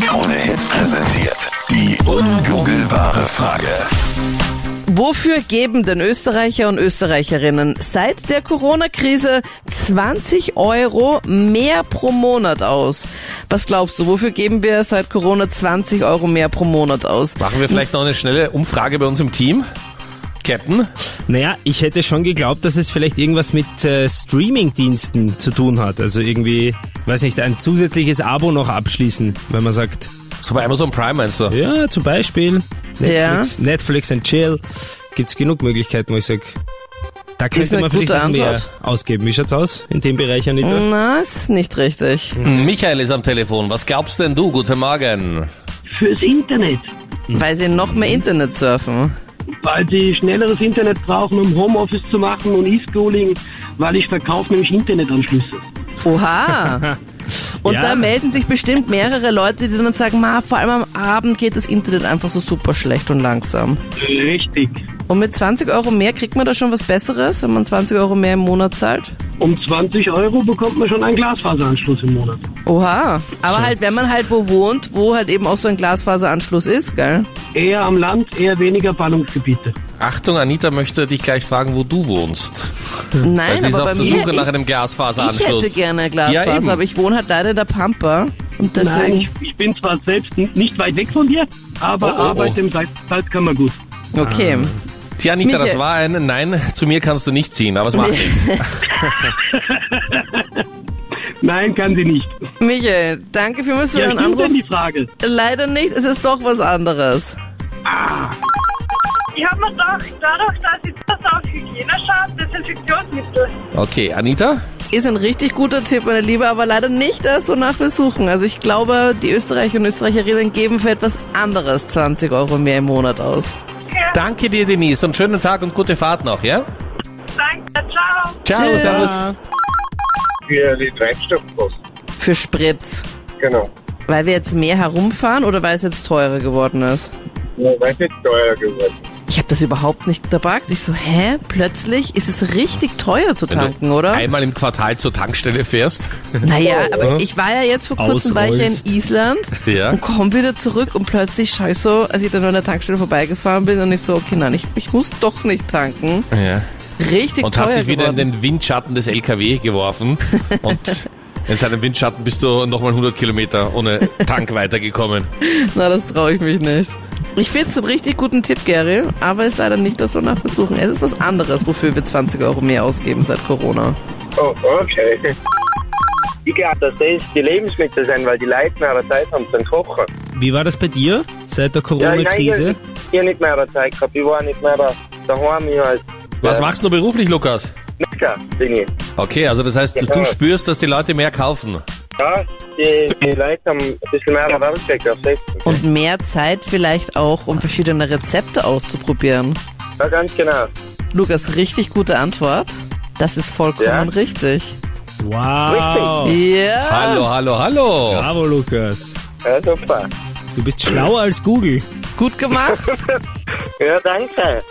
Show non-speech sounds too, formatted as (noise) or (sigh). Krone Hits präsentiert die ungoogelbare Frage. Wofür geben denn Österreicher und Österreicherinnen seit der Corona-Krise 20 Euro mehr pro Monat aus? Was glaubst du, wofür geben wir seit Corona 20 Euro mehr pro Monat aus? Machen wir vielleicht noch eine schnelle Umfrage bei uns im Team. Captain, Naja, ich hätte schon geglaubt, dass es vielleicht irgendwas mit äh, Streaming-Diensten zu tun hat. Also irgendwie, weiß nicht, ein zusätzliches Abo noch abschließen, wenn man sagt, so bei Amazon Prime meinst du? ja, zum Beispiel Netflix, Netflix and Chill. Gibt's genug Möglichkeiten, wo ich sag, da könnte eine man vielleicht gute was mehr Antwort. ausgeben. Wie schaut's aus in dem Bereich, Anita? Äh, Na, ist nicht richtig. Hm, Michael ist am Telefon. Was glaubst denn du? Guten Morgen. fürs Internet, Mhm. Weil sie noch mehr Internet surfen. weil sie schnelleres Internet brauchen, um Homeoffice zu machen und E-Schooling, weil ich verkaufe nämlich Internetanschlüsse. (laughs) Oha! Und Ja. da melden sich bestimmt mehrere Leute, die dann sagen, ma, vor allem am Abend geht das Internet einfach so super schlecht und langsam. Richtig. Und mit 20 Euro mehr kriegt man da schon was Besseres, wenn man 20 Euro mehr im Monat zahlt? Um 20 Euro bekommt man schon einen Glasfaseranschluss im Monat. Oha. Aber halt, wenn man halt wo wohnt, wo halt eben auch so ein Glasfaseranschluss ist, gell? Eher am Land, eher weniger Ballungsgebiete. Achtung, Anita möchte dich gleich fragen, wo du wohnst. Nein, Sie ist aber auf bei der mir. Suche nach ich, einem ich Glasfaseranschluss. hätte gerne Ja, Glasfaser, eben. aber ich wohne halt leider in der Pampa. Und Nein, deswegen. ich, ich bin zwar selbst n- nicht weit weg von dir, aber Oh, oh, oh. arbeite im Salz Salzkammergut. Okay. Tja, Anita, das Michael. war ein Nein, zu mir kannst du nicht ziehen, aber es macht nichts. Nein, kann sie nicht. (laughs) Michael, danke vielmals für Ja, deinen stimmt Anruf. denn die Frage? Leider nicht, es ist doch was anderes. Ich habe mir gedacht, dadurch, dass ich das auf Hygiene schaue, Desinfektionsmittel. Okay, Anita? Ist ein richtig guter Tipp, meine Liebe, aber leider nicht das, wonach wir suchen. Also ich glaube, die Österreicher und Österreicherinnen geben für etwas anderes 20 Euro mehr im Monat aus. Danke dir, Denise, und schönen Tag und gute Fahrt noch, ja? Danke, ciao. Ciao, Tschüss. servus. für die Treibstoffkosten. Für Sprit. Genau. Weil wir jetzt mehr herumfahren oder weil es jetzt teurer geworden ist? Nur weil es jetzt teuer geworden ist. Ich habe das überhaupt nicht gepackt. Ich so, hä? Plötzlich ist es richtig teuer zu tanken, oder? Einmal im Quartal zur Tankstelle fährst. Naja, aber ich war ja jetzt vor kurzem war ich ja Ausrollst. in (laughs) Island Ja. und komme wieder zurück und plötzlich schaue ich so, als ich dann an der Tankstelle vorbeigefahren bin und ich so, okay, nein, ich, ich muss doch nicht tanken. Ja. Richtig Und teuer hast dich wieder geworden. in den Windschatten des LKW (laughs) geworfen und in seinem Windschatten bist du nochmal 100 Kilometer ohne Tank weitergekommen. Na, das traue ich mich nicht. Ich finde es einen richtig guten Tipp, Gary, aber ist leider nicht das, wonach wir suchen. Es ist was anderes, wofür wir 20 Euro mehr ausgeben seit Corona. Oh, okay. Ich glaube, dass das die Lebensmittel sind, weil die Leute mehr ihre Zeit haben zum Kochen. Wie war das bei dir seit der ich, Corona-Krise? ich, ich hab nicht mehr ihre Zeit gehabt. Ich war nicht mehr da- daheim. Ich als Was machst du beruflich, Lukas? Metzger bin ich. Okay, also das heißt, du Genau. spürst, dass die Leute mehr kaufen. Ah. Ja, die, die Leute haben ein bisschen mehr Werbung auf Sechsten. Und mehr Zeit vielleicht auch, um verschiedene Rezepte auszuprobieren. Ja, ganz genau. Lukas, richtig gute Antwort. Das ist vollkommen Ja. richtig. Wow. Ja. Hallo, hallo, hallo. Bravo, Lukas. Ja, super. Du bist schlauer als Google. Gut gemacht. Ja, danke.